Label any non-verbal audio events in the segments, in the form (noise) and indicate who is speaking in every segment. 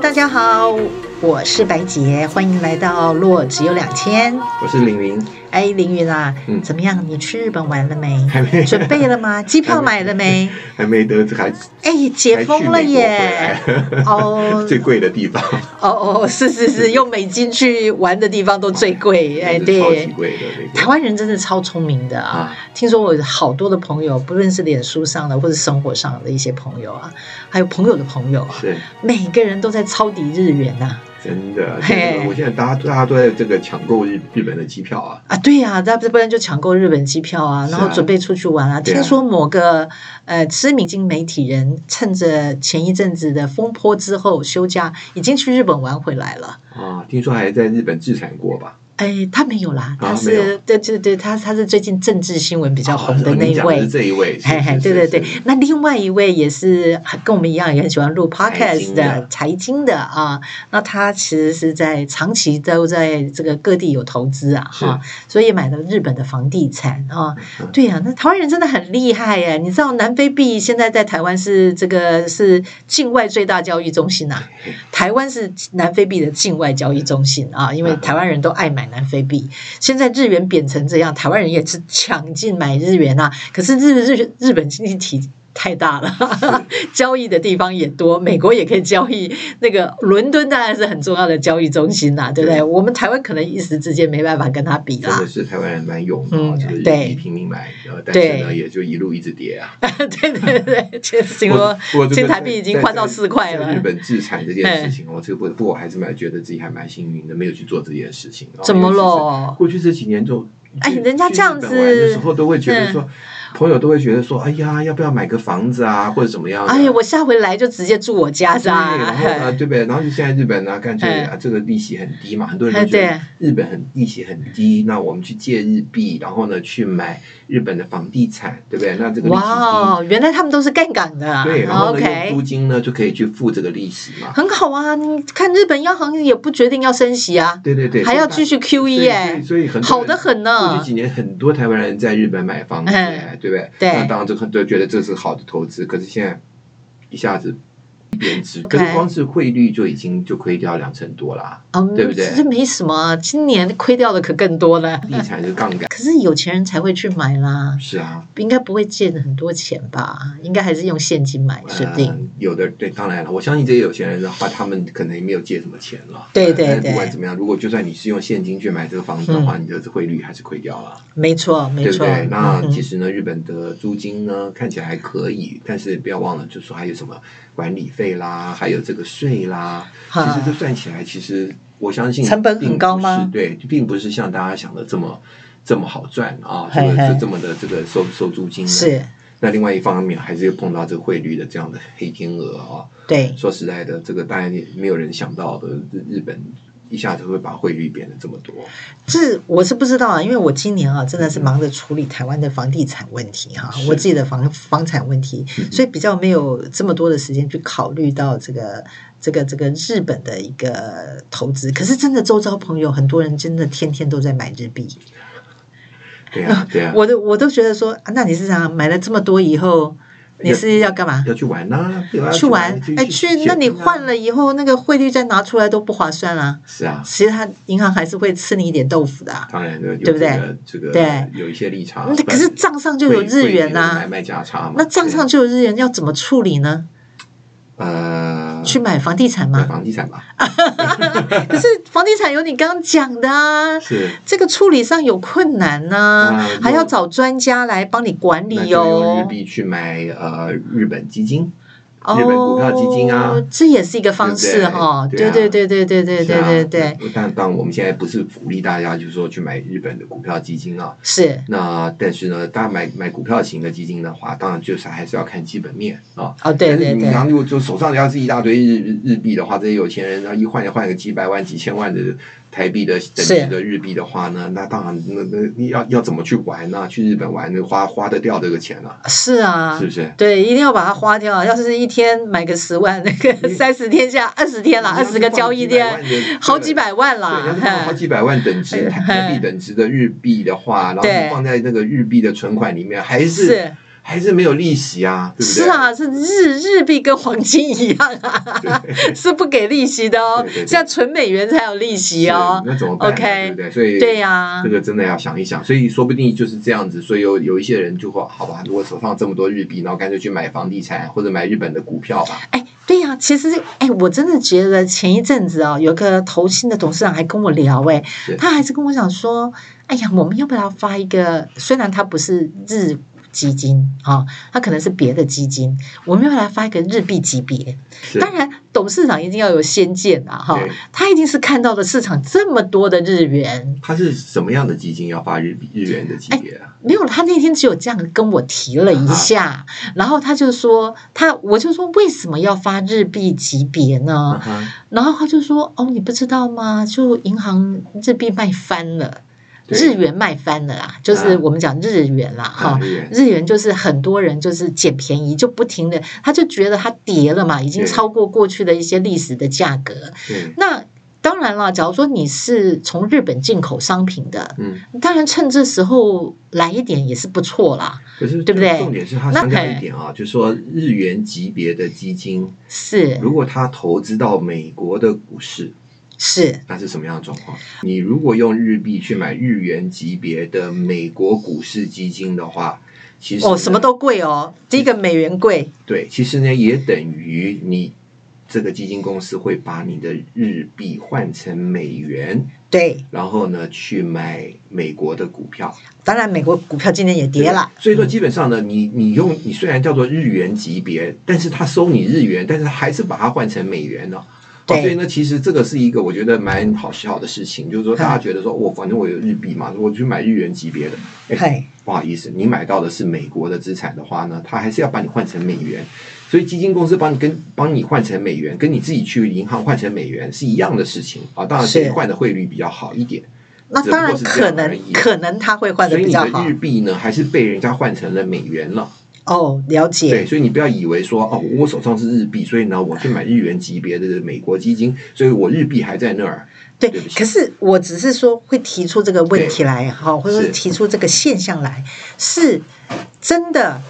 Speaker 1: 大家好，我是白洁，欢迎来到《洛只有两千》。
Speaker 2: 我是凌云，
Speaker 1: 哎，凌云啊，
Speaker 2: 嗯
Speaker 1: 怎么样？你去日本玩了没？
Speaker 2: 还没
Speaker 1: 准备了
Speaker 2: (laughs)
Speaker 1: 吗？机票买了没？
Speaker 2: 还没得还
Speaker 1: 哎，解封了耶！
Speaker 2: 还去美国回来 (laughs)
Speaker 1: 哦
Speaker 2: 最贵的地方，
Speaker 1: 哦哦，是是
Speaker 2: (laughs)
Speaker 1: 是，用美金去玩的地方都最贵。哎，
Speaker 2: 就是超级
Speaker 1: 对，
Speaker 2: 贵的那
Speaker 1: 台
Speaker 2: 个
Speaker 1: 湾人真的超聪明的啊！
Speaker 2: 啊，
Speaker 1: 听说我好多的朋友，不论是脸书上的，或者生活上的一些朋友啊，还有朋友的朋友啊，
Speaker 2: 是
Speaker 1: 每个人都在抄底日元啊呐、
Speaker 2: 真的。
Speaker 1: 嘿
Speaker 2: 真的我现在大家大家都在这个抢购日日本的机票啊，
Speaker 1: 啊，对呀、大家不然就抢购日本机票啊，
Speaker 2: 是啊
Speaker 1: 然后准备出去玩啊。
Speaker 2: 对啊
Speaker 1: 听说某个呃知名经媒体人趁着前一阵子的风波之后休假，已经去日本玩回来了。
Speaker 2: 啊，听说还在日本自产过吧？
Speaker 1: 哎，他没有啦，他
Speaker 2: 啊
Speaker 1: 是、
Speaker 2: 没有啊
Speaker 1: 对对对，他他是最近政治新闻比
Speaker 2: 比
Speaker 1: 较红的那一位
Speaker 2: 是。这一位，是
Speaker 1: 嘿嘿，
Speaker 2: 是
Speaker 1: 对对
Speaker 2: 是
Speaker 1: 对
Speaker 2: 是，
Speaker 1: 那另外一位也是跟我们一样，也很喜欢录 podcast
Speaker 2: 经
Speaker 1: 的
Speaker 2: 的
Speaker 1: 财经的啊。那他其实是在长期都在这个各地有投资啊，
Speaker 2: 是
Speaker 1: 哈，所以买了日本的房地产啊。
Speaker 2: 嗯
Speaker 1: 对呀、那台湾人真的很厉害耶！你知道南非币现在在台湾是这个是境外最大交易中心呐、啊台湾是南非币的境外交易中心啊，因为台湾人都爱买南非币。现在日元贬成这样，台湾人也是抢进买日元啊。可是日日日本经济体。太大了， (laughs) 交易的地方也多，美国也可以交易。那个伦敦当然是很重要的交易中心啦、对不对？
Speaker 2: 对
Speaker 1: 我们台湾可能一时之间没办法跟他比
Speaker 2: 真
Speaker 1: 啦。
Speaker 2: 的是台湾人蛮勇的啊，
Speaker 1: 嗯
Speaker 2: 就是
Speaker 1: 对
Speaker 2: 一拼命买，然后但是呢，
Speaker 1: 对
Speaker 2: 也就一路一直跌啊。
Speaker 1: 对对对，其实听
Speaker 2: 我
Speaker 1: 说
Speaker 2: 我这个
Speaker 1: 新台
Speaker 2: 在
Speaker 1: 币已经
Speaker 2: 在
Speaker 1: 换到
Speaker 2: 在
Speaker 1: 四块
Speaker 2: 在
Speaker 1: 了哎
Speaker 2: 日。本制裁这件事情哦，这个不不过我还是蛮觉得自己还蛮幸运的，没有去做这件事情哦。
Speaker 1: 怎么
Speaker 2: 了？
Speaker 1: 咯？
Speaker 2: 过去这几年就。
Speaker 1: 哎
Speaker 2: 去
Speaker 1: 人家
Speaker 2: 去
Speaker 1: 这样
Speaker 2: 日本玩
Speaker 1: 子
Speaker 2: 的
Speaker 1: 嗯
Speaker 2: 时候都会觉得说，朋友都会觉得说，哎呀，要不要买个房子啊，或者怎么样的？
Speaker 1: 哎呀，我啊下回来就直接住我家
Speaker 2: 对，
Speaker 1: 噻。
Speaker 2: 然后呢，对不对？然后就现在日本呢，干脆
Speaker 1: 嗯
Speaker 2: 啊，这个利息很低嘛，很多人
Speaker 1: 哎
Speaker 2: 都觉
Speaker 1: 对
Speaker 2: 得日本很利息很低，那我们去借日币，然后呢去买日本的房地产，对不对？那这个利息低，
Speaker 1: 哇哦，原来他们都是干港的啊。
Speaker 2: 对，然后呢用
Speaker 1: OK，
Speaker 2: 租金呢就可以去付这个利息嘛。
Speaker 1: 很好啊。你看日本央行也不决定要升息啊，
Speaker 2: 对对对，
Speaker 1: 还要继续 QE
Speaker 2: 耶，
Speaker 1: 耶，
Speaker 2: 所以很
Speaker 1: 好的。很
Speaker 2: 过
Speaker 1: 呢
Speaker 2: 去。几年，很多台湾人在日本买房子，
Speaker 1: 嗯
Speaker 2: 对不对？
Speaker 1: 对
Speaker 2: 那当然，这很多人觉得这是好的投资，可是现在一下子贬值，
Speaker 1: OK
Speaker 2: 可是光是汇率就已经就亏掉两成多啊啦。
Speaker 1: 嗯，
Speaker 2: 对不对
Speaker 1: 其实没什么啊，今年亏掉的可更多了。
Speaker 2: 地产是杠杆，
Speaker 1: 可是有钱人才会去买啦，
Speaker 2: 是啊，
Speaker 1: 应该不会借很多钱吧？应该还是用现金买 (laughs) 是定。
Speaker 2: 嗯有的对，当然了，我相信这些有钱人的话，他们可能也没有借什么钱了。
Speaker 1: 对对
Speaker 2: 但是
Speaker 1: 对
Speaker 2: 不管怎么样，如果就算你是用现金去买这个房子的话，你的汇率还是亏掉了。
Speaker 1: 没错，没
Speaker 2: 对不
Speaker 1: 错。
Speaker 2: 对？那
Speaker 1: 嗯
Speaker 2: 其实呢，日本的租金呢看起来还可以，但是不要忘了，就是说还有什么管理费啦，还有这个税啦，其
Speaker 1: 哈
Speaker 2: 实这算起来，其实我相信
Speaker 1: 成本很
Speaker 2: 并不
Speaker 1: 高吗
Speaker 2: 是对，并不是像大家想的这么这么好赚啊，这
Speaker 1: 嘿
Speaker 2: 个
Speaker 1: 嘿
Speaker 2: 这这么的这个收收租金呢
Speaker 1: 是。
Speaker 2: 那另外一方面，还是碰到这个汇率的这样的黑天鹅啊。
Speaker 1: 对，
Speaker 2: 说实在的，这个大家也没有人想到的，日日本一下子会把汇率贬得这么多。
Speaker 1: 这我是不知道啊，因为我今年啊真的是忙着处理台湾的房地产问题哈、
Speaker 2: 是嗯
Speaker 1: 我自己的房房产问题，所以比较没有这么多的时间去考虑到这个这个这个日本的一个投资。可是真的周遭朋友很多人真的天天都在买日币，
Speaker 2: 对啊，对啊。
Speaker 1: 我都我都觉得说，啊、那你是想买了这么多以后，你是要干嘛？
Speaker 2: 要去玩呐、对啊，
Speaker 1: 去玩？哎，去，那你换。
Speaker 2: 写信啊
Speaker 1: 了以后，那个汇率再拿出来都不划算啊。
Speaker 2: 是啊，
Speaker 1: 其实他银行还是会吃你一点豆腐的啊、
Speaker 2: 当然有有
Speaker 1: 对不对
Speaker 2: 这个这个
Speaker 1: 对
Speaker 2: 有一些立场
Speaker 1: 那，可是账上就有日元
Speaker 2: 呐、
Speaker 1: 呐、
Speaker 2: 买卖价差嘛。
Speaker 1: 那账上
Speaker 2: 对
Speaker 1: 就有日元，要怎么处理呢？
Speaker 2: 呃，
Speaker 1: 去买房地产
Speaker 2: 买
Speaker 1: 吗？
Speaker 2: 房地产吧，
Speaker 1: (laughs) 可是房地产有你刚刚讲的啊，
Speaker 2: 是。
Speaker 1: 这个处理上有困难呐、
Speaker 2: 啊
Speaker 1: 还要找专家来帮你管
Speaker 2: 那
Speaker 1: 理
Speaker 2: 就用日
Speaker 1: 哦。
Speaker 2: 币去买呃日本基金，
Speaker 1: 哦，
Speaker 2: 日本股票基金啊
Speaker 1: 这也是一个方式哈。
Speaker 2: 对啊
Speaker 1: 对
Speaker 2: 不
Speaker 1: 对
Speaker 2: 对
Speaker 1: 对对对对
Speaker 2: 是
Speaker 1: 对
Speaker 2: 啊
Speaker 1: 对对，。
Speaker 2: 那但但我们现在不是鼓励大家，就是说去买日本的股票基金啊。
Speaker 1: 是
Speaker 2: 那但是呢，大家买买股票型的基金的话，当然就是还是要看基本面啊。
Speaker 1: 哦，对
Speaker 2: 但
Speaker 1: 对
Speaker 2: 是你
Speaker 1: 对
Speaker 2: 平，常如果就手上要是一大堆日日日币的话，这些有钱人，然后一换就换个几百万、几千万的台币的等级的日币的话呢，那当然，那那你要要怎么去玩呢、去日本玩，花花得掉这个钱啊，
Speaker 1: 是啊
Speaker 2: 是。不是？
Speaker 1: 对，一定要把它花掉。啊要是一天买个十万，那个三十天下二十天啦，二十个交易啊天，
Speaker 2: 天
Speaker 1: 好几。百万哎
Speaker 2: 对，
Speaker 1: 啦
Speaker 2: 要是。放好几百万等值
Speaker 1: (laughs)
Speaker 2: 台币等值的日币的话，然后
Speaker 1: 对
Speaker 2: 放在那个日币的存款里面，还是
Speaker 1: 是
Speaker 2: 还是没有利息啊，对不对？
Speaker 1: 是啊，是日日币跟黄金一样啊，是不给利息的哦
Speaker 2: 对对对，
Speaker 1: 是要存美元才有利息哦
Speaker 2: 对。那怎么办呢
Speaker 1: OK
Speaker 2: 对不对？所以
Speaker 1: 对呀
Speaker 2: 这个真的要想一想。所以说不定就是这样子，所以有有一些人就会好吧，如果手上这么多日币，然后干脆去买房地产或者买日本的股票吧。
Speaker 1: 哎，对呀、其实哎，我真的觉得前一阵子哦，有个投信的董事长还跟我聊，哎
Speaker 2: 是，
Speaker 1: 他还是跟我讲说，哎呀，我们要不要发一个？虽然它不是日基金啊、哦，它可能是别的基金，我们要不要来发一个日币级别。
Speaker 2: 是
Speaker 1: 当然，董事长一定要有先见啊，哈
Speaker 2: 对，
Speaker 1: 他一定是看到了市场这么多的日元，
Speaker 2: 它是什么样的基金要发日币日元的级别啊？
Speaker 1: 没有，他那天只有这样跟我提了一下，然后他就说他，我就说为什么要发日币级别
Speaker 2: 嗯
Speaker 1: 呢？
Speaker 2: 哼
Speaker 1: 然后他就说哦，你不知道吗？就银行日币卖翻了，
Speaker 2: 对
Speaker 1: 日元卖翻了啦，就是我们讲日元啦，哈、
Speaker 2: 啊日元
Speaker 1: 日元就是很多人就是捡便宜，就不停的，他就觉得它跌了嘛，已经
Speaker 2: 对
Speaker 1: 超过过去的一些历史的价格。
Speaker 2: 对，
Speaker 1: 那当然了，假如说你是从日本进口商品的，
Speaker 2: 嗯，
Speaker 1: 当然趁这时候来一点也是不错啦。
Speaker 2: 可是
Speaker 1: 对不对
Speaker 2: 重点是它
Speaker 1: 那
Speaker 2: 强调一
Speaker 1: 嘿
Speaker 2: 点啊，就是说日元级别的基金，
Speaker 1: 是
Speaker 2: 如果它投资到美国的股市，
Speaker 1: 是，
Speaker 2: 那是什么样的状况？你如果用日币去买日元级别的美国股市基金的话，其实呢
Speaker 1: 哦，什么都贵哦。第一个美元贵，
Speaker 2: 对，其实呢也等于你这个基金公司会把你的日币换成美元，
Speaker 1: 对，
Speaker 2: 然后呢去买美国的股票。
Speaker 1: 当然美国股票今年也跌了，
Speaker 2: 所以说，基本上呢，你你用你虽然叫做日元级别，但是他收你日元，但是还是把它换成美元呢、哦
Speaker 1: 对
Speaker 2: 所以呢，其实这个是一个我觉得蛮好笑的事情，就是说大家
Speaker 1: 嗯
Speaker 2: 觉得说，我、反正我有日币嘛，我去买日元级别的，哎
Speaker 1: 嘿，
Speaker 2: 不好意思，你买到的是美国的资产的话呢，他还是要把你换成美元，所以基金公司帮你跟帮你换成美元，跟你自己去银行换成美元是一样的事情啊。当然，
Speaker 1: 是
Speaker 2: 这换的汇率比较好一点，
Speaker 1: 那当然
Speaker 2: 只不过
Speaker 1: 可
Speaker 2: 是这样而
Speaker 1: 能
Speaker 2: 已啊
Speaker 1: 可能它会换的
Speaker 2: 所以
Speaker 1: 比
Speaker 2: 你
Speaker 1: 较
Speaker 2: 的
Speaker 1: 好
Speaker 2: 日币呢还是被人家换成了美元了。
Speaker 1: 哦，了
Speaker 2: 对，
Speaker 1: 解，
Speaker 2: 所以你不要以为说哦，我手上是日币，所以呢，我去买日元级别的美国基金，所以我日币还在那儿。
Speaker 1: 对
Speaker 2: 对不。起
Speaker 1: 可是我只是说会提出这个问题来，哈，或者
Speaker 2: 是
Speaker 1: 说提出这个现象来，是真的。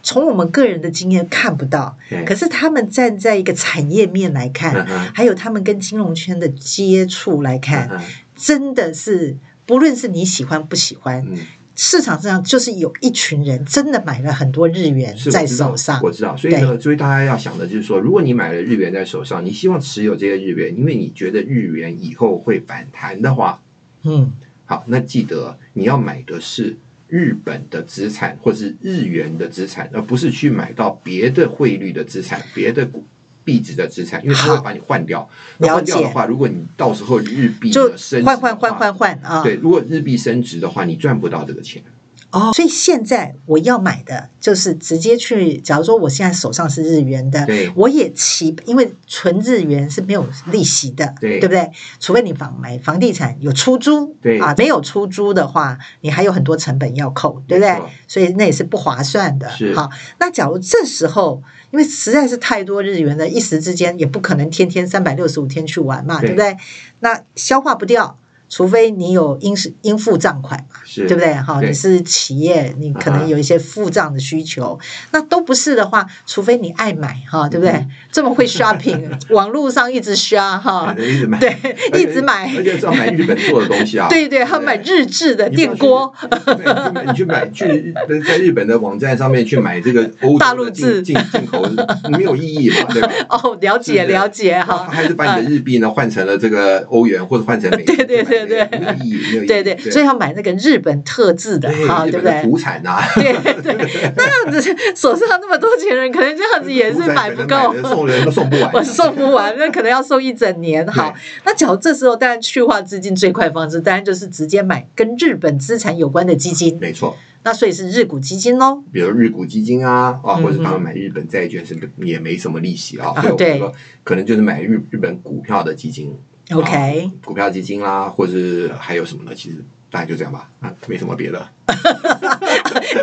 Speaker 1: 从我们个人的经验看不到，
Speaker 2: 对
Speaker 1: 可是他们站在一个产业面来
Speaker 2: 哎嗯
Speaker 1: 看，
Speaker 2: 哼
Speaker 1: 还有他们跟金融圈的接触来看，
Speaker 2: 嗯
Speaker 1: 真的是不论是你喜欢不喜 (laughs) 欢，
Speaker 2: 嗯，
Speaker 1: 市场上就是有一群人真的买了很多日元
Speaker 2: 是
Speaker 1: 在
Speaker 2: 我知道
Speaker 1: 手上
Speaker 2: 我，知道。所以呢，所以大家要想的就是说，如果你买了日元在手上，你希望持有这些日元，因为你觉得日元以后会反弹的话，
Speaker 1: 嗯，
Speaker 2: 好，那记得你要买的是。日本的资产或是日元的资产，而不是去买到别的汇率的资产、别的股币值的资产，因为它会
Speaker 1: 好
Speaker 2: 把你换掉。那换掉的话，如果你到时候日币呢
Speaker 1: 就
Speaker 2: 升值的
Speaker 1: 换换换
Speaker 2: 话
Speaker 1: 换换啊，
Speaker 2: 对，如果日币升值的话，你赚不到这个钱。
Speaker 1: 哦，所以现在我要买的就是直接去，假如说我现在手上是日元的
Speaker 2: 对，
Speaker 1: 我也期，因为纯日元是没有利息的，
Speaker 2: 对
Speaker 1: 不对？除非你房买房地产有出租，
Speaker 2: 对
Speaker 1: 啊，没有出租的话，你还有很多成本要扣，对不对
Speaker 2: 没错？
Speaker 1: 所以那也是不划算的。
Speaker 2: 是
Speaker 1: 好，那假如这时候，因为实在是太多日元了，一时之间也不可能天天三百六十五天去玩嘛，
Speaker 2: 对
Speaker 1: 对不对？那消化不掉。除非你有应是应付账款嘛，
Speaker 2: 是
Speaker 1: 对不对？哈，
Speaker 2: 对
Speaker 1: 你是企业，你可
Speaker 2: 啊哈
Speaker 1: 能有一些付账的需求，那都不是的话，除非你爱买
Speaker 2: 嗯
Speaker 1: 哈，对不对？这么会
Speaker 2: (laughs)
Speaker 1: shopping，网络上一直刷哈，
Speaker 2: 一直买，
Speaker 1: 啊对
Speaker 2: 而且
Speaker 1: 一直买
Speaker 2: 而且是要买日本做的东西啊。
Speaker 1: (laughs) 对对，还有买日制的
Speaker 2: 你不要
Speaker 1: 电锅，
Speaker 2: 去，对你去买去在日本的网站上面去买这个欧洲的
Speaker 1: 大陆制
Speaker 2: 进进进口没有意义嘛，
Speaker 1: (laughs)
Speaker 2: 对吧？
Speaker 1: 哦，了解
Speaker 2: 是的啊
Speaker 1: 了解
Speaker 2: 它
Speaker 1: 哈，
Speaker 2: 还是把你的日币呢换成了这个欧元或者换成美元，
Speaker 1: 对对对对
Speaker 2: 没有意义，没有意义。
Speaker 1: 对对，所以要买那个日本特制的
Speaker 2: 对
Speaker 1: 哈，
Speaker 2: 日
Speaker 1: 对
Speaker 2: 本
Speaker 1: 不
Speaker 2: 的
Speaker 1: 对？
Speaker 2: 土产啊呐，
Speaker 1: (laughs) 对对，那样子手上那么多钱人，可能这样子也是买不够。
Speaker 2: (laughs) 土产可能买。了送人都送不
Speaker 1: (laughs)
Speaker 2: 完 (laughs)
Speaker 1: 我送不完，那可能要送一整年。好，那假如这时候，当然去化资金最快方式，当然就是直接买跟日本资产有关的基金。
Speaker 2: 没错。
Speaker 1: 那所以是日股基金喽。
Speaker 2: 比如日股基金啊，啊，
Speaker 1: 嗯
Speaker 2: 或者他们买日本债券是也没什么利息啊，
Speaker 1: 啊
Speaker 2: 所以我
Speaker 1: 对
Speaker 2: 们说可能就是买日日本股票的基金
Speaker 1: OK
Speaker 2: 啊股票基金啦、或者是还有什么呢？其实大概就这样吧，啊，没什么别的。哦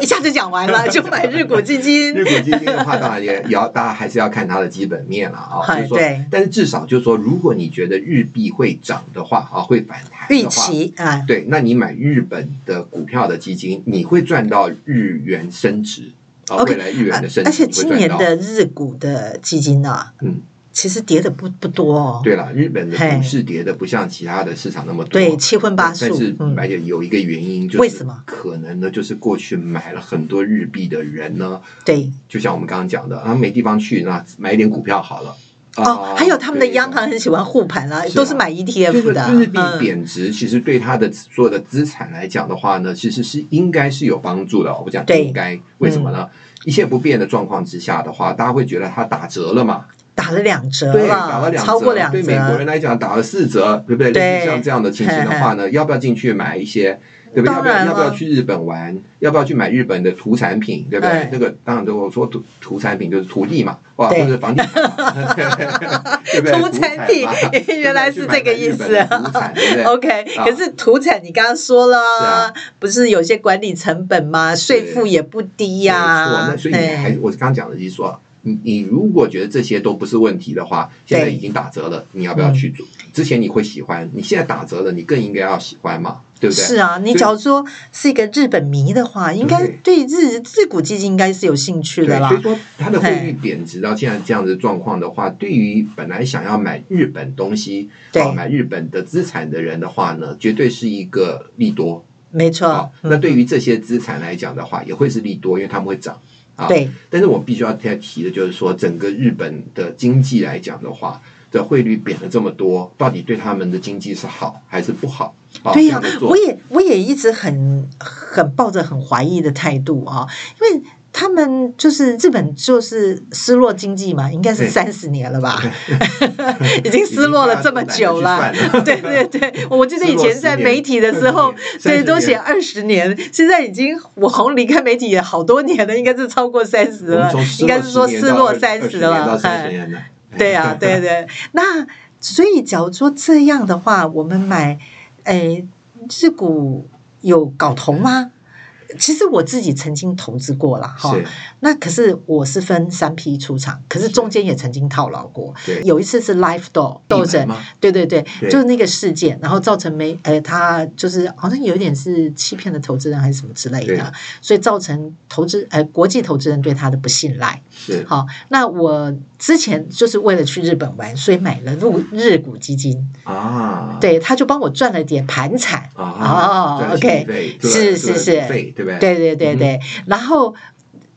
Speaker 1: 一下就讲完了，就买日股基
Speaker 2: 日 (laughs)
Speaker 1: 金。
Speaker 2: 股基金的话，当然也也要大家还是要看它的基本面了啊，
Speaker 1: 嗨
Speaker 2: 就是说
Speaker 1: 对，
Speaker 2: 但是至少就是说，如果你觉得日币会涨的话啊，会反弹
Speaker 1: 预
Speaker 2: 的话。
Speaker 1: 期啊，
Speaker 2: 对，那你买日本的股票的基金，你会赚到日元升值，啊，未来日元的升值
Speaker 1: 而且
Speaker 2: 会
Speaker 1: 今
Speaker 2: 赚
Speaker 1: 年
Speaker 2: 到
Speaker 1: 的日股的基金呢、
Speaker 2: 嗯，
Speaker 1: 其实跌的不不多哦。
Speaker 2: 对了，日本的
Speaker 1: 嘿
Speaker 2: 股市跌的不像其他的市场那么多，
Speaker 1: 对，七荤八素
Speaker 2: 但是。
Speaker 1: 嗯，
Speaker 2: 而且有一个原因，就是
Speaker 1: 为什么
Speaker 2: 可能呢？就是过去买了很多日币的人呢，
Speaker 1: 对。
Speaker 2: 就像我们刚刚讲的，啊，没地方去，那买一点股票好了。
Speaker 1: 哦，
Speaker 2: 啊
Speaker 1: 还有他们的
Speaker 2: 对
Speaker 1: 央行很喜欢护盘啦，
Speaker 2: 是啊
Speaker 1: 都是买
Speaker 2: 这
Speaker 1: ETF
Speaker 2: 个
Speaker 1: 的啊。
Speaker 2: 日币
Speaker 1: 嗯，
Speaker 2: 贬值，其实对他的所有的资产来讲的话呢，其实是应该是有帮助的哦。我讲
Speaker 1: 对
Speaker 2: 应该，为什么呢？一切不变的状况之下的话，大家会觉得它打折了嘛？
Speaker 1: 打了两折
Speaker 2: 对，打了
Speaker 1: 了，
Speaker 2: 两折，
Speaker 1: 超过两
Speaker 2: 对美国人
Speaker 1: 折。
Speaker 2: 来讲打了四折，对不对？
Speaker 1: 对
Speaker 2: 类似像这样的情形的话呢，要不要进去买一些？对不对？要
Speaker 1: 当
Speaker 2: 不要
Speaker 1: 然
Speaker 2: 要不要
Speaker 1: 了
Speaker 2: 去日本玩？要不要去买日本的土产品？对不对
Speaker 1: 哎？
Speaker 2: 那个当然，我说土土产品就是土地嘛，哇，
Speaker 1: 对
Speaker 2: 或者房地产嘛，
Speaker 1: (laughs)
Speaker 2: 对不对？
Speaker 1: 土产品
Speaker 2: 嘛
Speaker 1: 原来是这个意思啊
Speaker 2: 对不对去买日本的土产对不对？
Speaker 1: OK，
Speaker 2: 啊
Speaker 1: 可是土产你刚刚说
Speaker 2: 是
Speaker 1: 了
Speaker 2: 啊，
Speaker 1: 不是有些管理成本吗？税负也不低呀、
Speaker 2: 没错，那所以你还
Speaker 1: 哎
Speaker 2: 我刚刚讲的就是说，你你如果觉得这些都不是问题的话，现在
Speaker 1: 对
Speaker 2: 已经打折了，你要不要去做？之前你会喜欢，你现在打折了，你更应该要喜欢嘛，对不对？
Speaker 1: 是啊，你
Speaker 2: 所以
Speaker 1: 假如说是一个日本迷的话，应该对日日股基金应该是有兴趣的
Speaker 2: 对，
Speaker 1: 啦
Speaker 2: 所以。说它的汇率
Speaker 1: 嘿
Speaker 2: 贬值到现在这样的状况的话，对于本来想要买日本东西、
Speaker 1: 对
Speaker 2: 啊买日本的资产的人的话呢，绝对是一个利多
Speaker 1: 没错，
Speaker 2: 啊。
Speaker 1: 嗯
Speaker 2: 那对于这些资产来讲的话，也会是利多，因为他们会涨啊。
Speaker 1: 对
Speaker 2: 但是我必须要再提的就是说，整个日本的经济来讲的话，的汇率贬了这么多，到底对他们的经济是好还是不好？啊
Speaker 1: 对呀、
Speaker 2: 这样子做
Speaker 1: 我也我也一直很很抱着很怀疑的态度啊，因为他们就是日本就是失落经济嘛，应该是
Speaker 2: 对
Speaker 1: 三十年了吧，
Speaker 2: (laughs)
Speaker 1: 已经失落了这么久了
Speaker 2: 已。经大家都懒得去算了
Speaker 1: (laughs) 对对对，我记得以
Speaker 2: 失落
Speaker 1: 前
Speaker 2: 10
Speaker 1: 在
Speaker 2: 年，
Speaker 1: 媒体的时候 (laughs) 对
Speaker 2: 30
Speaker 1: 都写
Speaker 2: 年
Speaker 1: 二十年，现在已经我红离开媒体也好多年了，应该是超过三十
Speaker 2: 我们
Speaker 1: 了
Speaker 2: 从，
Speaker 1: 应该是说失落三
Speaker 2: 30
Speaker 1: 十
Speaker 2: 年到
Speaker 1: 了，
Speaker 2: 三十
Speaker 1: 哎，
Speaker 2: 年了。
Speaker 1: 对呀、 (laughs) 对对。那所以，假如说这样的话，我们买诶日股有搞头吗？其实我自己曾经投资过啦，哈。
Speaker 2: 是，
Speaker 1: 那可是我是分三批出场，可是中间也曾经套牢过。
Speaker 2: 对
Speaker 1: 有一次是 life door 斗
Speaker 2: 闭门
Speaker 1: 争
Speaker 2: 吗，
Speaker 1: 对对对，
Speaker 2: 对
Speaker 1: 就是那个事件，然后造成没呃，他就是好像有一点是欺骗了投资人还是什么之类
Speaker 2: 对
Speaker 1: 的，所以造成投资呃国际投资人对他的不信赖。
Speaker 2: 是，
Speaker 1: 好，那我之前就是为了去日本玩，所以买了入日股基金，
Speaker 2: 啊，
Speaker 1: 对，他就帮我赚了点盘产。哦
Speaker 2: 啊，赚心
Speaker 1: ，OK
Speaker 2: 费
Speaker 1: 是是是
Speaker 2: 费对不嗯对？
Speaker 1: 对对对对，然后，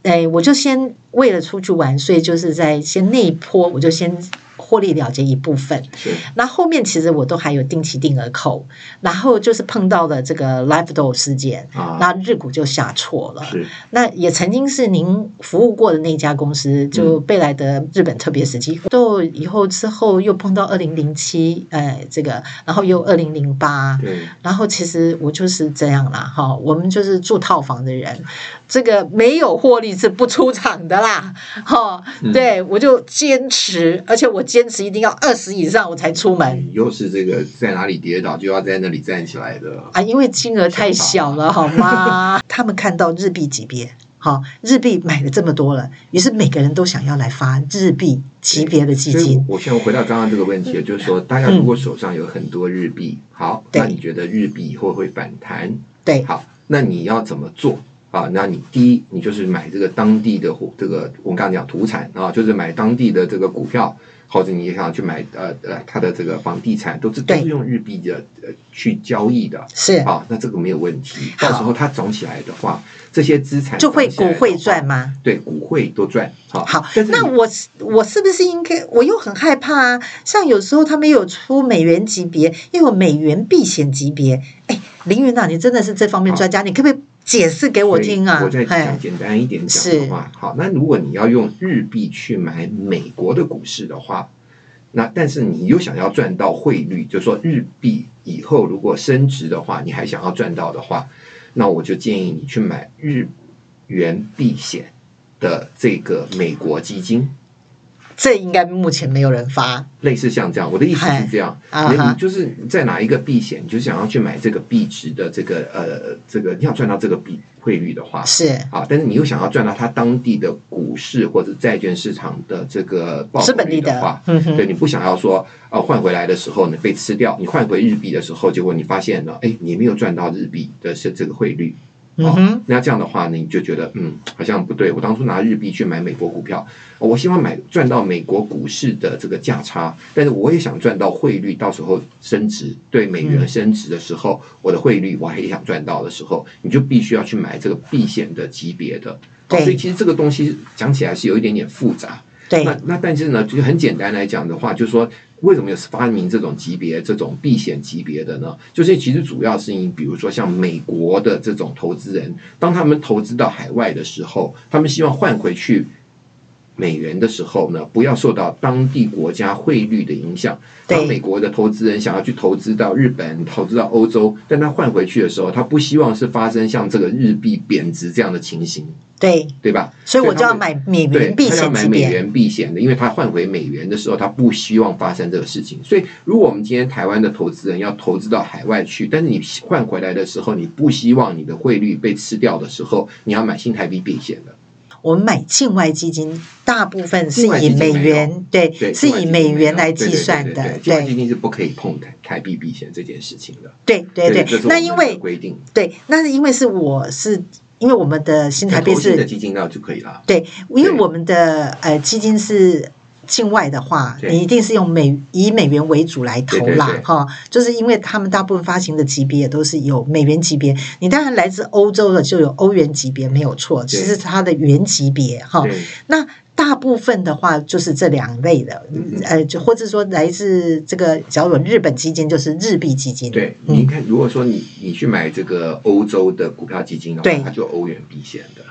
Speaker 1: 哎，我就先为了出去玩，所以就是在先那一波，我就先获利了结一部分。
Speaker 2: 是
Speaker 1: 那后面其实我都还有定期定额扣，然后就是碰到了这个 Live Door 事件，
Speaker 2: 啊，
Speaker 1: 那日股就下挫了。
Speaker 2: 是
Speaker 1: 那也曾经是您服务过的那家公司，
Speaker 2: 嗯
Speaker 1: 就贝莱德日本特别时期。都以后之后又碰到二零零七，哎，这个，然后又二零零八，
Speaker 2: 对
Speaker 1: 然后其实我就是这样啦，哈，我们就是住套房的人，这个没有获利是不出场的啦，哈，
Speaker 2: 嗯
Speaker 1: 对我就坚持，而且我坚持一定要二十以上我才出门。
Speaker 2: 嗯又是这个在哪里跌倒就要在那里站起来的，
Speaker 1: 啊，因为金额太小了，好吗？他们看到日币级别，好，日币买了这么多了，于是每个人都想要来发日币级别的基
Speaker 2: 所以
Speaker 1: 金。
Speaker 2: 我，我现在回到刚刚这个问题，就是说，大家如果手上有很多日币，
Speaker 1: 嗯
Speaker 2: 好，
Speaker 1: 对
Speaker 2: 那你觉得日币以后会反弹？
Speaker 1: 对，
Speaker 2: 好，那你要怎么做啊？那你第一，你就是买这个当地的货这个我们刚刚讲土产啊，就是买当地的这个股票，或者你想去买呃呃它的这个房地产，都是都
Speaker 1: 对
Speaker 2: 是用日币的呃去交易的。
Speaker 1: 是
Speaker 2: 好，那这个没有问题。
Speaker 1: 好
Speaker 2: 到时候它涨起来的话，这些资产
Speaker 1: 就会
Speaker 2: 涨起来
Speaker 1: 股
Speaker 2: 的
Speaker 1: 会
Speaker 2: 话
Speaker 1: 赚，吗？
Speaker 2: 对，股会都赚。好，
Speaker 1: 好
Speaker 2: 但，是
Speaker 1: 那
Speaker 2: 你
Speaker 1: 我是我是不是应该？我又很害怕啊。像有时候他们有出美元级别，又有美元避险级别。哎，凌云啊，你真的是这方面专家，你可不可以解释给我
Speaker 2: 所以
Speaker 1: 听啊？
Speaker 2: 我再讲
Speaker 1: 哎，
Speaker 2: 简单一点讲的话，好，那如果你要用日币去买美国的股市的话，那但是你又想要赚到汇率，就说日币以后如果升值的话，你还想要赚到的话，那我就建议你去买日元避险的这个美国基金。
Speaker 1: 这应该目前没有人发
Speaker 2: 类似像这样，我的意思是这样，
Speaker 1: 嗨啊
Speaker 2: 你
Speaker 1: 哈
Speaker 2: 你就是在哪一个避险，你就想要去买这个币值的这个呃这个，你要赚到这个币汇率的话，
Speaker 1: 是
Speaker 2: 啊，但是你又想要赚到它当地的股市或者债券市场的这个报
Speaker 1: 资
Speaker 2: 酬
Speaker 1: 本
Speaker 2: 率
Speaker 1: 利
Speaker 2: 的
Speaker 1: 得
Speaker 2: 话，，
Speaker 1: 嗯哼
Speaker 2: 对，你不想要说，呃，换回来的时候呢被吃掉，你换回日币的时候，结果你发现呢，哎，你没有赚到日币的是这个汇率，
Speaker 1: 嗯哼，
Speaker 2: 那这样的话，你就觉得嗯，好像不对。我当初拿日币去买美国股票，我希望买赚到美国股市的这个价差，但是我也想赚到汇率，到时候升值对美元升值的时候，我的汇率我还也想赚到的时候，你就必须要去买这个避险的级别的。
Speaker 1: 对
Speaker 2: 所以其实这个东西讲起来是有一点点复杂。
Speaker 1: 对，
Speaker 2: 那那但是呢，就是很简单来讲的话，就是说为什么有发明这种级别、这种避险级别的呢？就是其实主要是因，比如说像美国的这种投资人，当他们投资到海外的时候，他们希望换回去美元的时候呢，不要受到当地国家汇率的影响。
Speaker 1: 对
Speaker 2: 当美国的投资人想要去投资到日本、投资到欧洲，但他换回去的时候，他不希望是发生像这个日币贬值这样的情形，
Speaker 1: 对，
Speaker 2: 对吧？
Speaker 1: 所以我
Speaker 2: 所以他
Speaker 1: 就要
Speaker 2: 们
Speaker 1: 买美
Speaker 2: 对，
Speaker 1: 元避
Speaker 2: 他要
Speaker 1: 险
Speaker 2: 买
Speaker 1: 级
Speaker 2: 美
Speaker 1: 别，
Speaker 2: 元避险的，因为他换回美元的时候，他不希望发生这个事情。所以，如果我们今天台湾的投资人要投资到海外去，但是你换回来的时候，你不希望你的汇率被吃掉的时候，你要买新台币避险的。
Speaker 1: 我们买境外基金大部分是
Speaker 2: 境外基
Speaker 1: 以
Speaker 2: 金
Speaker 1: 美
Speaker 2: 没有
Speaker 1: 元，对，
Speaker 2: 对，
Speaker 1: 是
Speaker 2: 境外
Speaker 1: 以
Speaker 2: 基金
Speaker 1: 美
Speaker 2: 没
Speaker 1: 元
Speaker 2: 有
Speaker 1: 来
Speaker 2: 对
Speaker 1: 计
Speaker 2: 对对
Speaker 1: 算
Speaker 2: 对
Speaker 1: 的，
Speaker 2: 对境外基
Speaker 1: 对，
Speaker 2: 金是不可以碰台台币避险这件事情的。
Speaker 1: 对，对，
Speaker 2: 这
Speaker 1: 对
Speaker 2: 是。我
Speaker 1: 那
Speaker 2: 们
Speaker 1: 因
Speaker 2: 的
Speaker 1: 为
Speaker 2: 规定，
Speaker 1: 对，那是因为是我是因为我们的新台币
Speaker 2: 投信的
Speaker 1: 是，
Speaker 2: 基金那就可以了。
Speaker 1: 对，因为
Speaker 2: 对
Speaker 1: 我们的呃基金是。境外的话，
Speaker 2: 对
Speaker 1: 你一定是用美以美元为主来投
Speaker 2: 对对
Speaker 1: 啦
Speaker 2: 对，
Speaker 1: 哈，就是因为他们大部分发行的级别也都是有美元级别，你当然来自欧洲的就有欧元级别没有错，其
Speaker 2: 对
Speaker 1: 实它的原级别哈，
Speaker 2: 对，
Speaker 1: 那大部分的话就是这两类的
Speaker 2: 嗯嗯，
Speaker 1: 呃，就或者说来自这个，假如有日本基金就是日币基金，
Speaker 2: 对，你
Speaker 1: 嗯，
Speaker 2: 看，如果说你你去买这个欧洲的股票基金的
Speaker 1: 对
Speaker 2: 话，它就欧元避险的。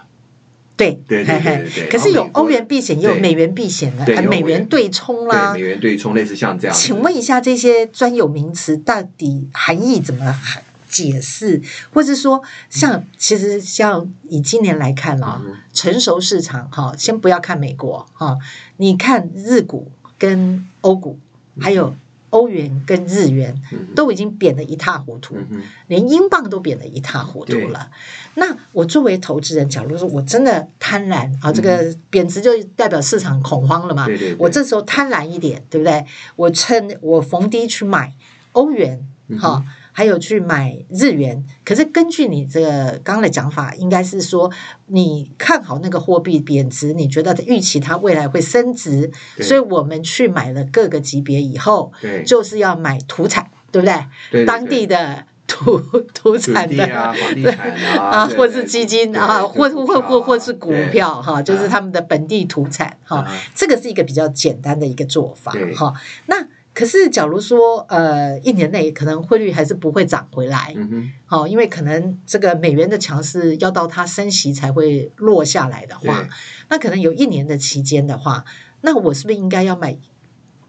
Speaker 1: 对，
Speaker 2: 对对
Speaker 1: 嘿
Speaker 2: 对
Speaker 1: 嘿
Speaker 2: 对对
Speaker 1: 可是有
Speaker 2: 然后美国
Speaker 1: 欧元避险，也有
Speaker 2: 对
Speaker 1: 美元避险的，
Speaker 2: 对
Speaker 1: 呃
Speaker 2: 有
Speaker 1: 美
Speaker 2: 美
Speaker 1: 元
Speaker 2: 元
Speaker 1: 对冲
Speaker 2: 对，
Speaker 1: 啦
Speaker 2: 美。元对冲类似像这样子。
Speaker 1: 请问一下，这些专有名词到底含义怎么含解释？或者说，像其实像以今年来看啦、
Speaker 2: 嗯嗯哼
Speaker 1: 成熟市场哈，先不要看美国哈，你看日股跟欧股，还有
Speaker 2: 嗯
Speaker 1: 欧元跟日元，
Speaker 2: 嗯哼
Speaker 1: 都已经贬得一塌糊涂，
Speaker 2: 嗯哼，
Speaker 1: 连英镑都贬得一塌糊涂了。那我作为投资人，假如说我真的贪婪啊，这个贬值就代表市场恐慌了嘛。
Speaker 2: 嗯对对对
Speaker 1: 我这时候贪婪一点，对不对？我趁我逢低去买欧元，
Speaker 2: 嗯
Speaker 1: 哈、
Speaker 2: 哼
Speaker 1: 还有去买日元。可是根据你这个刚刚的讲法，应该是说你看好那个货币贬值，你觉得预期它未来会升值，
Speaker 2: 对
Speaker 1: 所以我们去买了各个级别以后，
Speaker 2: 对，
Speaker 1: 就是要买土产，对不对？
Speaker 2: 对对
Speaker 1: 当地
Speaker 2: 对
Speaker 1: 的土土
Speaker 2: 土
Speaker 1: 产
Speaker 2: 地
Speaker 1: 的
Speaker 2: 啊、房
Speaker 1: (laughs)
Speaker 2: 地
Speaker 1: 对
Speaker 2: 产啊，
Speaker 1: 啊，
Speaker 2: 对
Speaker 1: 或
Speaker 2: 对
Speaker 1: 是
Speaker 2: 对
Speaker 1: 基金
Speaker 2: 对
Speaker 1: 啊，
Speaker 2: 对
Speaker 1: 或
Speaker 2: 股
Speaker 1: 或
Speaker 2: 票
Speaker 1: 或
Speaker 2: 啊
Speaker 1: 或是股
Speaker 2: 对
Speaker 1: 票哈，就是
Speaker 2: 啊
Speaker 1: 他们的本地土产哈
Speaker 2: 啊，
Speaker 1: 这个是一个比较简单的一个做法
Speaker 2: 对
Speaker 1: 哈。那可是假如说呃一年内可能汇率还是不会涨回来，
Speaker 2: 嗯哼，
Speaker 1: 哦，因为可能这个美元的强势要到它升息才会落下来的话
Speaker 2: 对，
Speaker 1: 那可能有一年的期间的话，那我是不是应该要买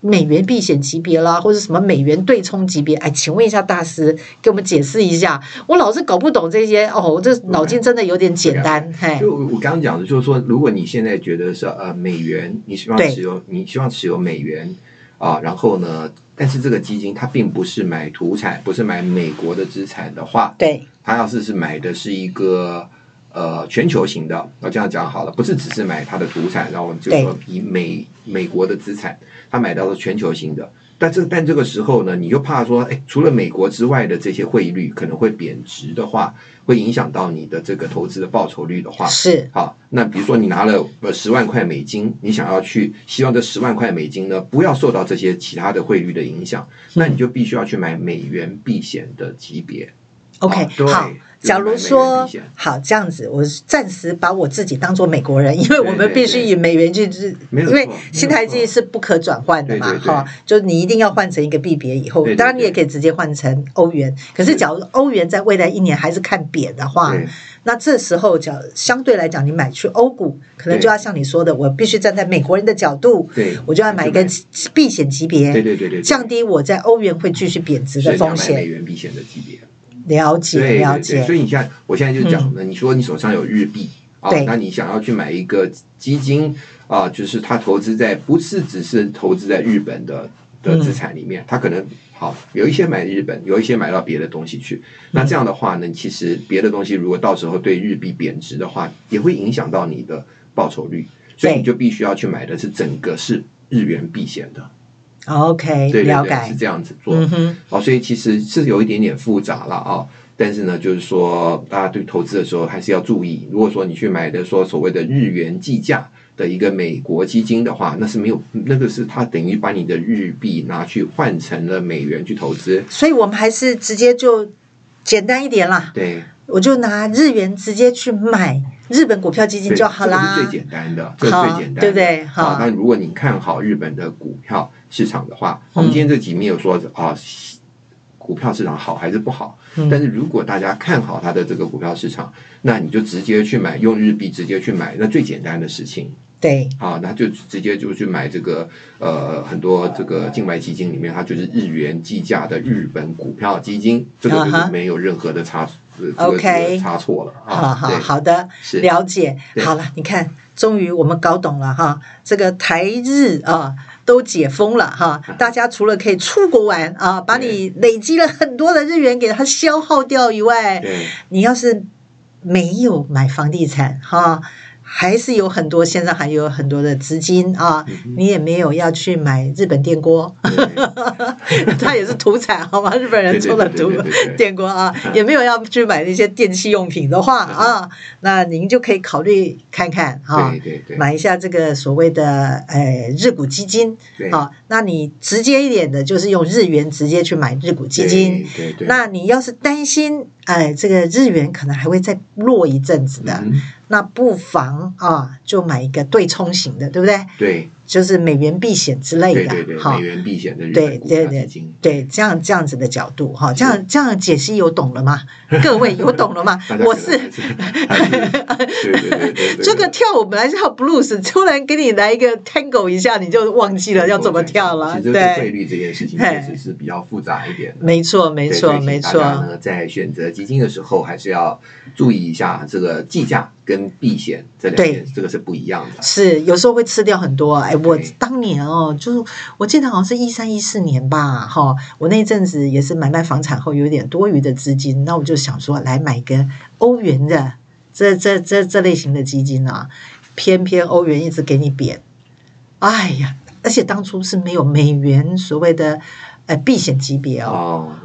Speaker 1: 美元避险级别啦，或者什么美元对冲级别？哎，请问一下大师，给我们解释一下，我老是搞不懂这些哦，我这脑筋真的有点简单，嘿，
Speaker 2: 就我我刚刚讲的，就是说，如果你现在觉得是呃美元，你希望
Speaker 1: 对
Speaker 2: 持有，你希望持有美元啊，然后呢，但是这个基金它并不是买土产，不是买美国的资产的话，
Speaker 1: 对
Speaker 2: 他要是是买的是一个呃全球型的，那这样讲好了，不是只是买它的土产，然后我们就
Speaker 1: 对
Speaker 2: 说以美美国的资产，他买到了全球型的。但这但这个时候呢，你又怕说，哎，除了美国之外的这些汇率可能会贬值的话，会影响到你的这个投资的报酬率的话，
Speaker 1: 是，
Speaker 2: 好，那比如说你拿了呃十万块美金，你想要去希望这十万块美金呢不要受到这些其他的汇率的影响，那你就必须要去买美元避险的级别。
Speaker 1: OK，、
Speaker 2: 哦对
Speaker 1: 好。假如
Speaker 2: 就是买美元
Speaker 1: 说
Speaker 2: 避险
Speaker 1: 好这样子，我暂时把我自己当做美国人，因为我
Speaker 2: 对
Speaker 1: 们
Speaker 2: 对
Speaker 1: 必须
Speaker 2: 对
Speaker 1: 以美元去支，
Speaker 2: 没有
Speaker 1: 因为
Speaker 2: 错
Speaker 1: 新
Speaker 2: 没有
Speaker 1: 台币
Speaker 2: 错
Speaker 1: 是不可转换的嘛
Speaker 2: 对，对对
Speaker 1: 哈，就你一定要换成一个币别以后
Speaker 2: 对，对
Speaker 1: 当然你
Speaker 2: 对
Speaker 1: 也可以直接换成欧元。可是
Speaker 2: 是
Speaker 1: 假如欧元在未来一年还是看贬的话，
Speaker 2: 对
Speaker 1: 那这时候讲相对来讲，你买去欧股，可能
Speaker 2: 对
Speaker 1: 就要像你说的，我必须站在美国人的角度，
Speaker 2: 对，
Speaker 1: 我就要买一个避险级别，
Speaker 2: 对对对对，
Speaker 1: 降低我在欧元会继续贬值
Speaker 2: 所
Speaker 1: 的
Speaker 2: 以你要
Speaker 1: 风
Speaker 2: 买美
Speaker 1: 险。
Speaker 2: 元避险的级别。
Speaker 1: 了解，
Speaker 2: 对
Speaker 1: 了
Speaker 2: 对
Speaker 1: 解嗯
Speaker 2: 对，。所以你看，我现在就讲呢，你说你手上有日币啊
Speaker 1: 对，
Speaker 2: 那你想要去买一个基金啊，就是它投资在不是只是投资在日本的。的
Speaker 1: 嗯
Speaker 2: 资产里面，它可能好有一些买日本，有一些买到别的东西去。
Speaker 1: 嗯
Speaker 2: 那这样的话呢，其实别的东西如果到时候对日币贬值的话，也会影响到你的报酬率，所以
Speaker 1: 对
Speaker 2: 你就必须要去买的是整个是日元避险的。
Speaker 1: OK，
Speaker 2: 对对
Speaker 1: 哎了
Speaker 2: 对，
Speaker 1: 解
Speaker 2: 是。这样子做。
Speaker 1: 嗯哼，
Speaker 2: 哦，所以其实是有一点点复杂了啊、但是呢，就是说大家对投资的时候还是要注意，如果说你去买的说所谓的日元计价。的一个美国基金的话，那是没有，那个是它等于把你的日币拿去换成了美元去投资。
Speaker 1: 所以我们还是直接就简单一点啦。
Speaker 2: 对，
Speaker 1: 我就拿日元直接去买日本股票基金就好啦。
Speaker 2: 这个是最简单的，这个最简单的，啊
Speaker 1: 对不对？好，
Speaker 2: 那如果你看好日本的股票市场的话，我
Speaker 1: 嗯
Speaker 2: 们今天这集没有说啊。股票市场好还是不好？
Speaker 1: 嗯
Speaker 2: 但是如果大家看好它的这个股票市场，那你就直接去买，用日币直接去买，那最简单的事情。
Speaker 1: 对，
Speaker 2: 啊，那就直接就去买这个呃，很多这个境外基金里面，它就是日元计价的日本股票基金，这个就是没有任何的差呃这个
Speaker 1: 啊 OK
Speaker 2: 差错了
Speaker 1: 好
Speaker 2: 啊。
Speaker 1: 好
Speaker 2: 对
Speaker 1: 好的，
Speaker 2: 是
Speaker 1: 了解。
Speaker 2: 对
Speaker 1: 好了，你看，终于我们搞懂了哈，这个台日啊都解封了哈，
Speaker 2: 嗯
Speaker 1: 大家除了可以出国玩啊，把你累积了很多的日元给它消耗掉以外，
Speaker 2: 对
Speaker 1: 你要是没有买房地产哈，还是有很多线上还有很多的资金啊，
Speaker 2: 嗯
Speaker 1: 你也没有要去买日本电锅， (laughs) 它也是土产好吗？日本人做的土
Speaker 2: 对对对对对对
Speaker 1: 电锅啊，也没有要去买那些电器用品的
Speaker 2: 嗯
Speaker 1: 话啊，那您就可以考虑看看啊
Speaker 2: 对。对对对，
Speaker 1: 买一下这个所谓的呃日股基金，
Speaker 2: 对
Speaker 1: 好、那你直接一点的，就是用日元直接去买日股基金，
Speaker 2: 对对对，
Speaker 1: 那你要是担心，哎，这个日元可能还会再落一阵子的，
Speaker 2: 嗯
Speaker 1: 那不妨啊，就买一个对冲型的，对不对？
Speaker 2: 对
Speaker 1: 就是美元避险之类
Speaker 2: 对
Speaker 1: 的
Speaker 2: 对对，，
Speaker 1: 哈
Speaker 2: 美，元避险的日
Speaker 1: 哎对
Speaker 2: 本股
Speaker 1: 对
Speaker 2: 票基
Speaker 1: 对
Speaker 2: 金，
Speaker 1: 对，这样这样子的角度哈，这样这样解析有懂了
Speaker 2: (laughs)
Speaker 1: 吗？各位有懂了吗
Speaker 2: 大？家
Speaker 1: 我
Speaker 2: 可能
Speaker 1: 是。
Speaker 2: 还是 (laughs) 还是对对对对对对，
Speaker 1: 这个跳舞本来是要 blues，突然给你来一个 tango 一下，你就忘记了要怎么跳了。
Speaker 2: 其实对汇
Speaker 1: 对，
Speaker 2: 率这件事情
Speaker 1: 嘿
Speaker 2: 确实是比较复杂一点的。
Speaker 1: 没错，没
Speaker 2: 对
Speaker 1: 错，
Speaker 2: 所以请
Speaker 1: 没
Speaker 2: 大
Speaker 1: 错。
Speaker 2: 家呢，在选择基金的时候，还是要注意一下这个计价跟避险这两件，这个是不一样的。
Speaker 1: 是，有时候会吃掉很多。哎，我
Speaker 2: 对
Speaker 1: 当年哦，就是我记得好像是一三一四年吧，哈、我那一阵子也是买卖房产后有点多余的资金，那我就想说来买个欧元的这这这这类型的基金啊，偏偏欧元一直给你贬，哎呀，而且当初是没有美元所谓的呃避险级别哦，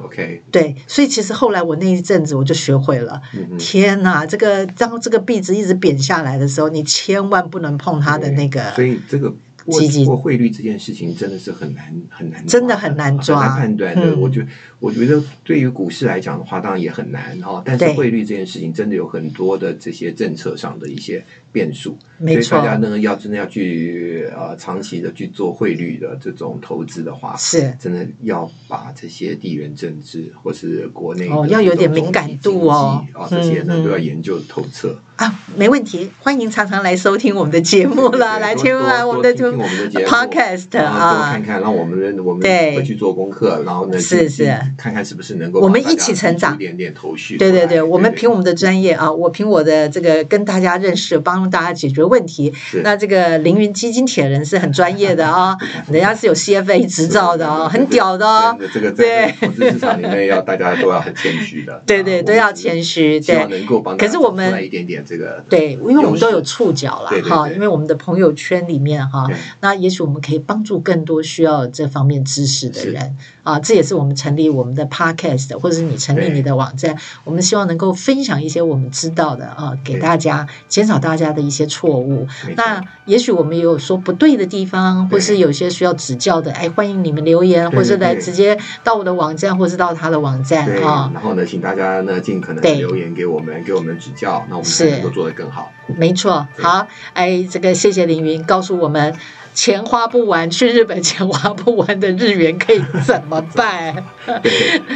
Speaker 2: 哦，OK，
Speaker 1: 对，所以其实后来我那一阵子我就学会了，
Speaker 2: 嗯哼，
Speaker 1: 天呐，这个当这个币值一直贬下来的时候，你千万不能碰它的那个，
Speaker 2: 所以这个。过
Speaker 1: 基金
Speaker 2: 过汇率这件事情真的是很难很难抓，
Speaker 1: 真的很难抓
Speaker 2: 很难判断的。
Speaker 1: 嗯
Speaker 2: 我觉我觉得对于股市来讲的话，当然也很难哈、哦。但是
Speaker 1: 对
Speaker 2: 汇率这件事情真的有很多的这些政策上的一些变数，
Speaker 1: 没
Speaker 2: 所
Speaker 1: 错
Speaker 2: 以大，家呢要真的要去呃长期的去做汇率的这种投资的话，
Speaker 1: 是
Speaker 2: 真的要把这些地缘政治或是国内的
Speaker 1: 哦要有点敏感度哦
Speaker 2: 这种经济啊这些呢
Speaker 1: 嗯嗯
Speaker 2: 都要研究透彻。
Speaker 1: 啊，没问题，欢迎常常来收听我们的节目啦，来
Speaker 2: 听
Speaker 1: 听完我们的
Speaker 2: 听我们的节目
Speaker 1: podcast
Speaker 2: 然后多
Speaker 1: 啊
Speaker 2: 看，看，让我们的我们
Speaker 1: 对
Speaker 2: 会去做功课，然后呢
Speaker 1: 是
Speaker 2: 去
Speaker 1: 是
Speaker 2: 去看看是不是能够
Speaker 1: 我们
Speaker 2: 把大
Speaker 1: 一起
Speaker 2: 家
Speaker 1: 成
Speaker 2: 提出
Speaker 1: 长
Speaker 2: 一点点头绪出来。
Speaker 1: 对对对，我们凭我
Speaker 2: 们
Speaker 1: 们的专业啊，我凭我的这个跟大家认识，帮大家解决问题。那这个凌云基金铁人是很专业的
Speaker 2: (laughs)
Speaker 1: 啊，人家是有 CFA 执照的哦，很屌的哦。
Speaker 2: 这个
Speaker 1: 对
Speaker 2: 在投资市场里面要大家都要很谦虚的，
Speaker 1: (laughs) 对对，
Speaker 2: 啊
Speaker 1: 都要谦。虚。
Speaker 2: 我们只是希
Speaker 1: 对
Speaker 2: 望，能够帮大
Speaker 1: 可
Speaker 2: 家
Speaker 1: 是我
Speaker 2: 找出
Speaker 1: 们
Speaker 2: 来一点点这个
Speaker 1: 对，因为我们都有
Speaker 2: 优势
Speaker 1: 触角啦
Speaker 2: 对，对
Speaker 1: 哈，
Speaker 2: 对
Speaker 1: 因为我们的朋友圈里面哈
Speaker 2: 对，
Speaker 1: 那也许我们可以帮助更多需要这方面知识的
Speaker 2: 是
Speaker 1: 人啊，这也是我们成立我们的 podcast，或者是你成立
Speaker 2: 对
Speaker 1: 你的网站，我们希望能够分享一些我们知道的啊，给
Speaker 2: 对
Speaker 1: 大家减少大家的一些错误。
Speaker 2: 没错
Speaker 1: 那也许我们也有说不对的地方，或
Speaker 2: 对
Speaker 1: 是有些需要指教的，哎，欢迎你们留言，
Speaker 2: 对
Speaker 1: 或是
Speaker 2: 对
Speaker 1: 来
Speaker 2: 对
Speaker 1: 直接到我的网站，或是到他的网站
Speaker 2: 对，
Speaker 1: 啊。
Speaker 2: 然后呢，请大家呢尽可能
Speaker 1: 对
Speaker 2: 留言给我们，给我们指教，那我们才
Speaker 1: 是
Speaker 2: 能够做得更好。
Speaker 1: 没错，
Speaker 2: 对
Speaker 1: 好，哎，这个谢谢凌云告诉我们，钱花不完，去日本钱花不完的日元可以怎么办？ (laughs)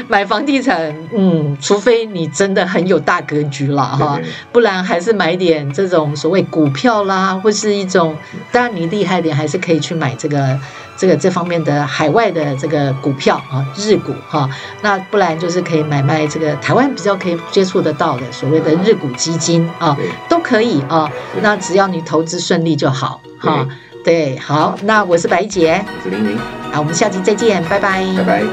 Speaker 1: 买房地产，嗯，除非你真的很有大格局了哈
Speaker 2: 对对，
Speaker 1: 不然还是买点这种所谓股票啦，或是一种，当然你厉害点还是可以去买这个这个这方面的海外的这个股票啊，日股哈、那不然就是可以买卖这个台湾比较可以接触得到的所谓的日股基金啊。
Speaker 2: 对，
Speaker 1: 都可以啊、
Speaker 2: 对
Speaker 1: 那只要你投资顺利就好哈、
Speaker 2: 对
Speaker 1: 对，好，那我是白姐，
Speaker 2: 我是林林，
Speaker 1: 啊，我们下期再见，拜拜，
Speaker 2: 拜拜。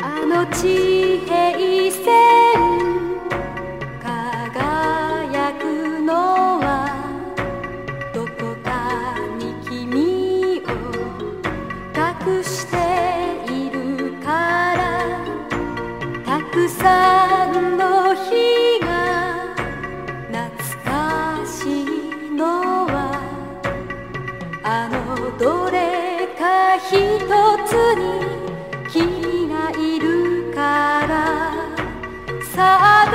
Speaker 3: あの地平線輝くのはどこかに君どれか一つに君がいるからさあ出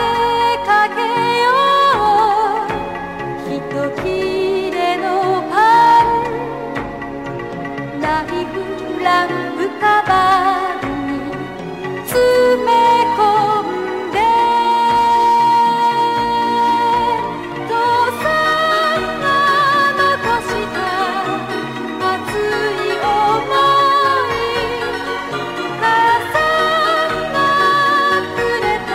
Speaker 3: かけよう一切れのパンライフラン浮かばるに詰め込んで父さんが残した熱い想い「母さんがくれた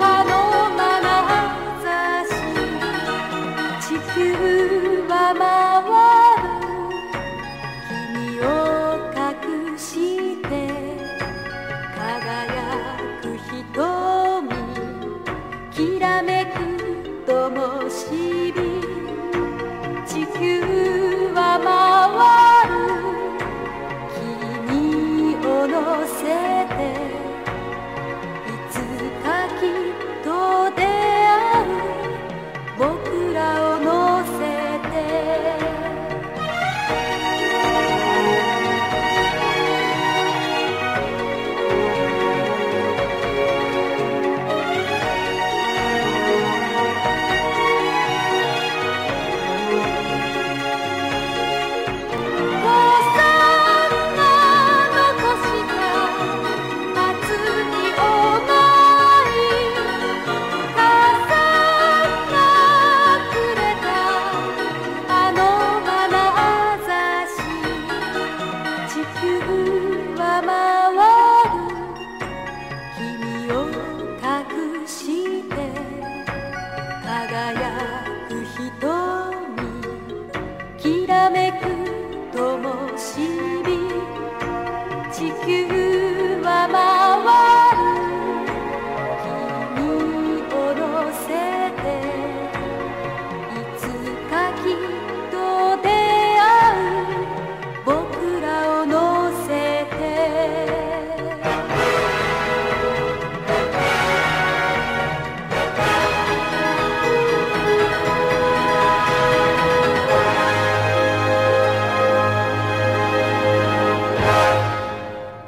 Speaker 3: あのまなざし」「地球は回る君を隠して」「輝く瞳きらめく灯火」「地球は回る」「君を乗せて」「いつかきっと出会う僕らを乗せて」「父さんが残した熱い想い」「母さんがくれたあのまなざし」「地球は回る君を隠して」「輝く瞳